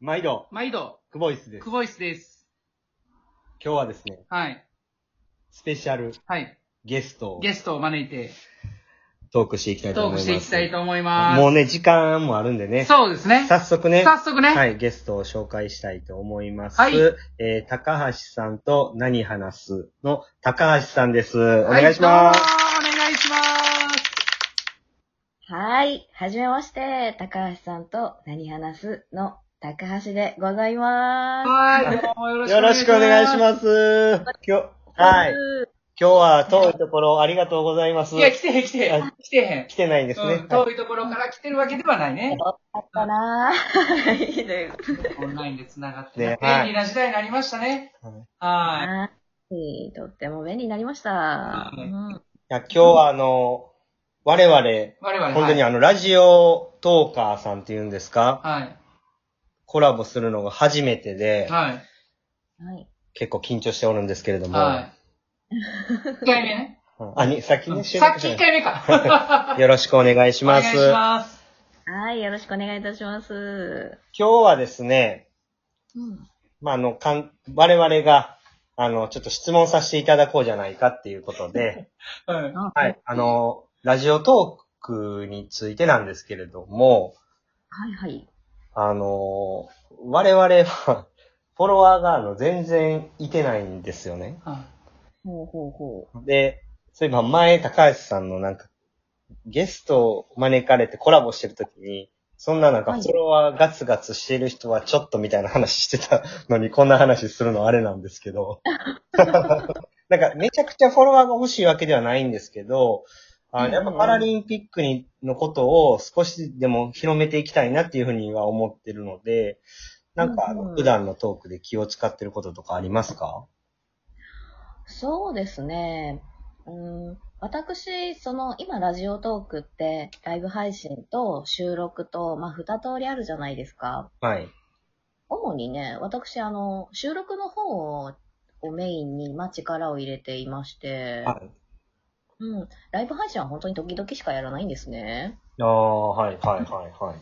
毎度、毎度、クボイスです。ク今ボイスです。日はですね、はい。スペシャルはい。ゲストをゲストを招いて、トークしていきたいとトー思いクます。していきたいと思います。もうね、時間もあるんでね。そうですね。早速ね。早速ね。ははい。い、ゲストを紹介したいと思います。はいえー、高橋さんと何話すの高橋さんです。お願いします。どうもお願いします。はい。はじめまして。高橋さんと何話すの高橋でございまはい。どうもよよろろししくくおお願願いいししまます。今日、す。はい。。今日は遠いところありがとうございますす。い。や、来てへん、来てへん。来てへん。来てないですね。うん、遠いところから来てるわけではないね。あったなぁ。いいねオンラインで繋がって、ねね、はい便利な時代になりましたね。ははい。とっても便利になりました。ううんいや今日はあの、我々、い。我々、本当にはい。あの、ラジオトーカーさんっていうんですかはい。コラボするのが初めてで、はい。はい。結構緊張しておるんですけれども、はい。1回目ね。うんあに、先うんね、収さ録っじきゃ1ない回目か。よろしくお願いしお願まいす。します。はい。よろしくお願いいたします。今日はですね、うん。まあ、あの、かん、我々が、あの、ちょっと質問させていただこうじゃないかっていうことで、 はい。は。はいあの、ラジオトークについてなんですけれども、いはい。あの、我々は、フォロワーがあの全然いてないんですよね。はほうほうほで、そういえば前、高橋さんのなんか、ゲストを招かれてコラボしてるときに、そんななんかはいフォロワーガツガツしてる人はちょっとみたいな話してたのに、こんな話するのあれなんですけ ど。なんかめちゃくちゃフォロワーが欲しいわけではないんですけど、あうんやっぱパラリンピックにのことを少しでも広めていきたいなっていうふうには思ってるので、なんかあうんうのん普段のトークで気を使ってることとかありますかう。そうですね。うん。私、その、今、ラジオトークって、ライブ配信と収録と、まあ、二通りあるじゃないですか。はい。主にね、私、あの、収録の方をメインに、まあ、力を入れていまして、はい。うん。ライブ配信は本当に時々しかやらないんですね。ああ、はい、はい、はい、はい。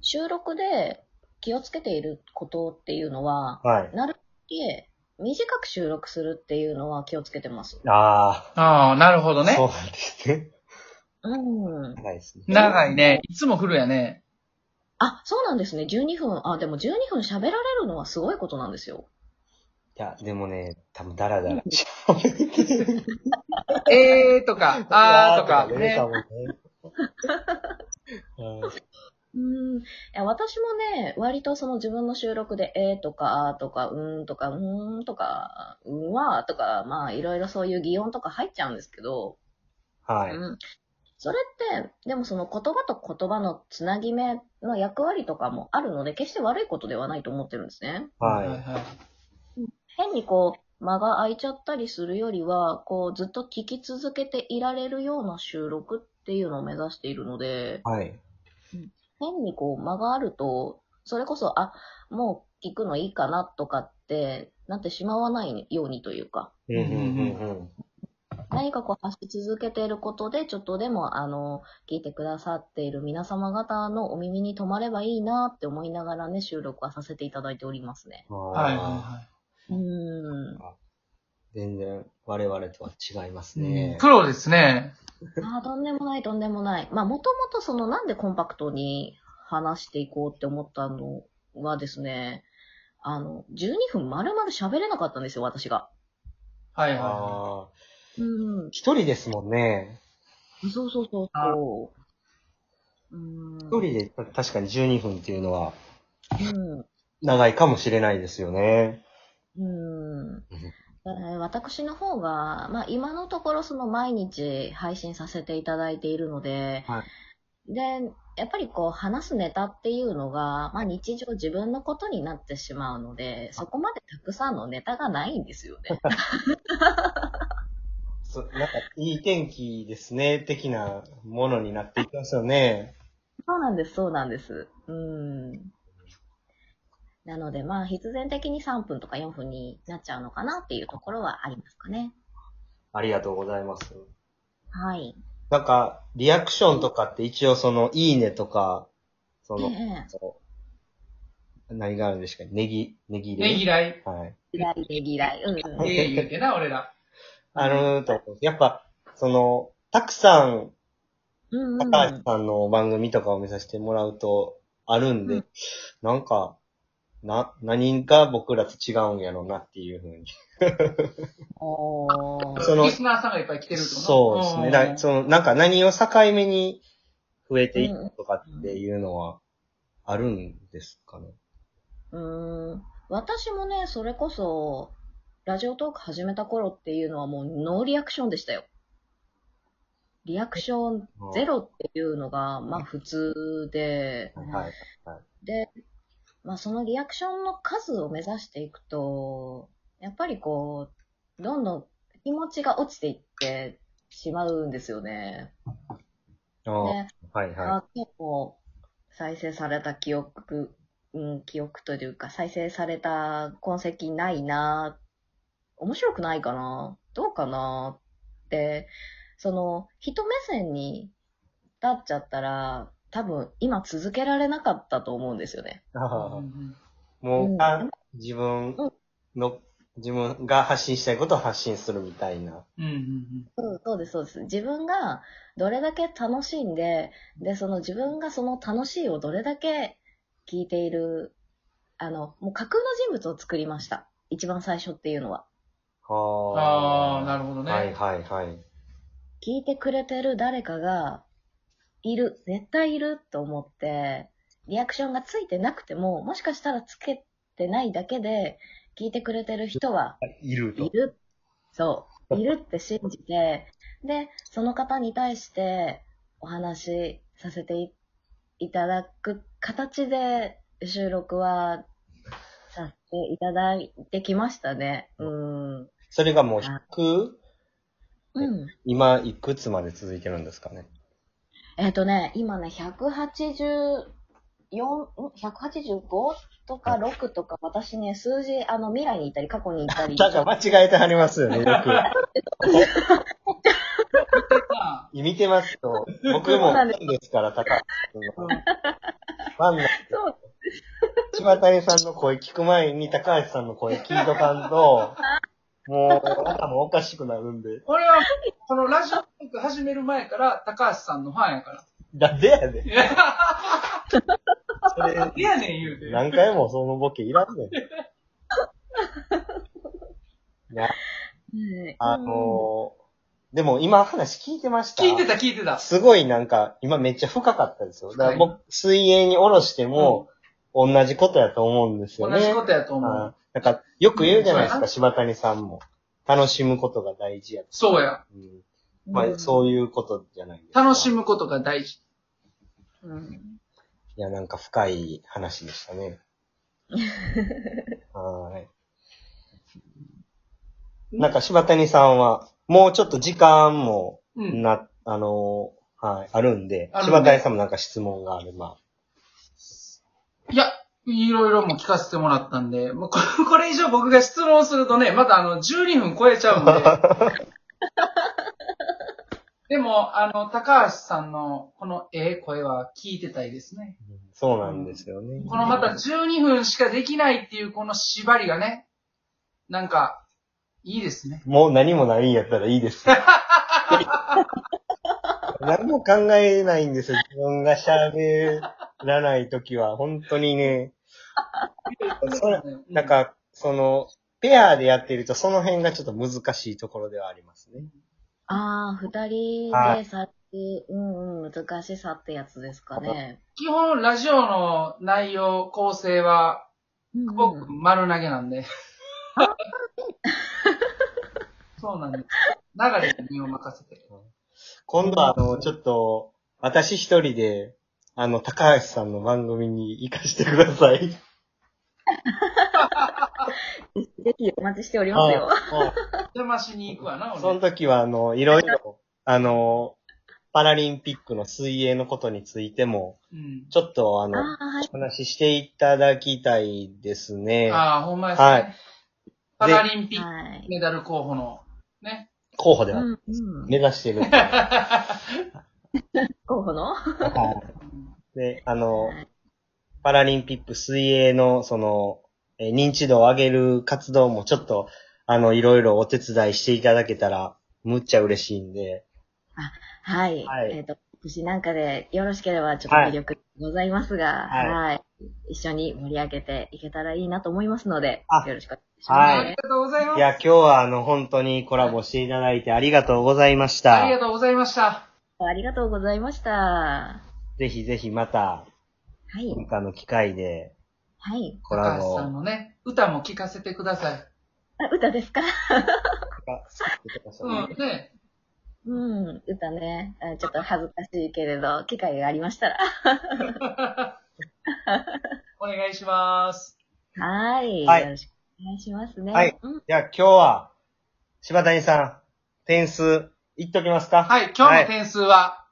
収録で気をつけていることっていうのは、はい。なるべく短く収録するっていうのは気をつけてます。あい。ああ、なるほどあ、ね。そうなんですね。うん。長いですね。長いね。いつもフルやね。あ、そうなんですね。12分。あ、でも12分喋られるのはすごいことなんですよ。いや、でもね、多分ダラダラ。えー とか、あーとか。ね。ね多。分ねうんうん。いや、私もね、割とその自分の収録で、えーとか、あーとか、うーんとか、うーんとか、うわーとか、まあ、いろいろそういう擬音とか入っちゃうんですけど、 はうい。ん。それって、でもその言葉と言葉のつなぎ目の役割とかもあるので、決して悪いことではないと思ってるんですね。はい。変にこう、間が空いちゃったりするよりは、こう、ずっと聞き続けていられるような収録っていうのを目指しているので、はい。変にこう間があると、それこそ、あ、もう聞くのいいかなとかってなってしまわないようにというか、うんうんうんうん。何かこう発し続けていることで、ちょっとでも、あの、聞いてくださっている皆様方のお耳に留まればいいなって思いながらね、収録はさせていただいておりますね。はいはいあはうーん。ー全然我々とは違いますい。ね。プロですね。あーとんでもない、とんでもない。まあ、もともとその、なんでコンパクトに話していこうって思ったのはですね、あの、12分丸々喋れなかったんですよ、私が。はいはいはあーうん。一人ですもんね。そうそうそうあそう。うん。一人で確かに12分っていうのはうん。長いかもしれないですよね。うん。えー私の方が、まあ今のところその毎日配信させていただいているので、はで、やっぱりこう話すネタっていうのが、まあ日常自分のことになってしまうので、そこまでたくさんのネタがないんですよね。そうなんか、いい天気ですね、的なものになっていきますよね。そうなんです、そうなんです。うん。なのでまあ必然的に3分とか4分になっちゃうのかなっていうところはありますかね。ありがとうございます。はい。なんか、リアクションとかって一応その、いいねとか、そえの、えそう何があるんでしたっけネギ、ネギね、で。嫌い。はい。嫌いで嫌い。うん、うん。ええ言うてな、俺ら。あのと、やっぱ、その、たくさん、うんうん高橋さんの番組とかを見させてもらうと、あるんで、うんなんか、な、何が僕らと違うんやろうなっていうふうに。おーそのリスナーさんがいっぱい来てるってことそうですね。だその、なんか何を境目に増えていったとかっていうのは、あるんですかね。うーん私もね、それこそ、ラジオトーク始めた頃っていうのはもうノーリアクションでしたよ。リアクションゼロっていうのが、まあ普通で、はい。で、まあそのリアクションの数を目指していくと、やっぱりこう、どんどん気持ちが落ちていってしまうんですよね。あであはいはあ結構、再生された記憶、うん、記憶というか、再生された痕跡ないな面白くないかなどうかなって、その、人目線に立っちゃったら、多分今続けられなかったと思うんですよね。い。ああうんもううんあ、自分うんの、自分が発信したいことを発信するみたいな。うんうんうんうん、そうです、そうです。自分がどれだけ楽しんで、で、その自分がその楽しいをどれだけ聞いている、あの、もう架空の人物を作りました。一番最初っていうのは。うん。はああ、なるほどね。はいはいはい。聞いてくれてる誰かが、いる、絶対いると思って、リアクションがついてなくても、もしかしたらつけてないだけで、聞いてくれてる人はいるい。る。 そう。いるって信じて、で、その方に対してお話しさせていいただく形で収録はさせていただいてきましたね。うん。うん。それがもう100、うん、今いくつまで続いてるんですかね。えっ、とね、今ね、184、185とか6とか、私ね、数字、あの、未来に行ったり、過去に行ったり。だから間違えてはりますよね、よく。あ見てますと、僕もファンですから、高橋ー君うのんファンなんでそう柴谷さんの声聞く前に高橋さんの声聞いとかんと、もう頭おかしくなるんで。俺は、このラジオトーク始める前から、高橋さんのファンやから。なんでやねん。いやそれ、いやねん言うて。何回もそのボケいら んねん。いや、ねあのーでも今話聞いてました聞いてた聞いてた。すごいなんか、今めっちゃ深かったですよ。だから僕、水泳に下ろしても、同じことやと思うんですよ同ね。じことやと思うんう。なんか、よく言うじゃないですうか、柴谷さんも。楽しむことが大事や。そうや。うんうんまあ、そういうことじゃないですか。楽しむ。むことが大事。うん。いや、なんか深い話でした ね。はい。なんか柴谷さんは、もうちょっと時間もうん。な、あのー、はい、あるんで、あるんで柴谷さんもなんか質問があれば。いや、いろいろもう聞かせてもらったんで、もうこ これ以上僕が質問するとね、またあの、12分超えちゃうんで。 でも、あの、高橋さんのこのええ声は聞いてたいですね。そうなんですよね。このまた12分しかできないっていうこの縛りがね、なんか、いいですね。もう何もないんやったらいいです。 何も考えないんですよ。自分が喋らないときは、本当に ね。それなんか、その、ペアでやってると、その辺がちょっと難しいところではありますね。ああ、二人はでさうんうん、難しさってやつですかね。基本、ラジオの内容、構成は、うんうん僕、丸投げなんで。 そうなんです。流れに身を任せて。今度は、あの、ちょっと、私一人で、あの、高橋さんの番組に活かしてください。ぜひお待ちしておりますよ。はい邪魔しに行くわな、その俺。時は、あの、いろいろ、あの、パラリンピックの水泳のことについても、うん。ちょっと、ああの、あー、はい。お話ししていただきたいですね。ああ、ほんまですね。はいパラリンピックはい。メダル候補の、ね。候補でうはんうん目指してる。 候補ので、あの、パラリンピック水泳の、その、えー認知度を上げる活動もちょっと、あの、いろいろお手伝いしていただけたら、むっちゃ嬉しいんで。はい。はいえっ、と、もしなんかでよろしければちょっとはい魅力ございますが、ははいい、一緒に盛り上げていけたらいいなと思いますのであ、よろしくお願いしはいあります。がとうございます。いや、今日はあの、本当にコラボしていただいてありがとうございました。ありがとうございました。ありがとうございました。はぜひぜひまた、い。何かの機会ではい。コラ高橋ボ。さんのね、歌も聞かせてください。あ歌ですかが作ってくださいねうん、ね。うん、歌ね。あちょっと恥ずかしいけれど、機会がありましたら。お願いします。はい。はいよろしくお願いしますね。はいうん、じゃあ今日は、柴谷さん、点数、言っときますかはい、今日の点数は、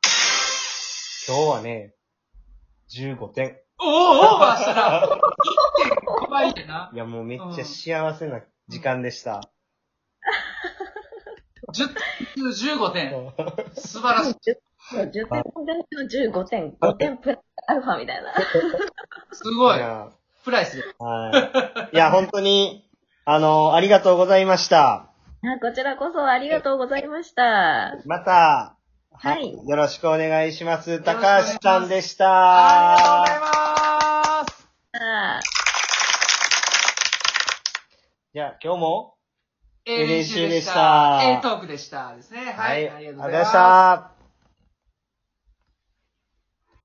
今日はね、15点。おー、オーバーしたな。1.5倍でな。いや、もうめっちゃ幸せな時間でした。 10点、15点。は素晴らしい。 10点の15点、5点プラスアルファみたいな。すごい。い。プライスで。はい。いや、本当に、あの、ありがとうございました。あこちらこそありがとうございました。また、はいよろしくお願いします。ろしくお高願いします橋さんでしありがとうございた。ます。あじゃあ今日も、 A 練習でした。 A 練習でした A トークでした。ですね。はい。ありがとありがとうごうございざいまましす。た。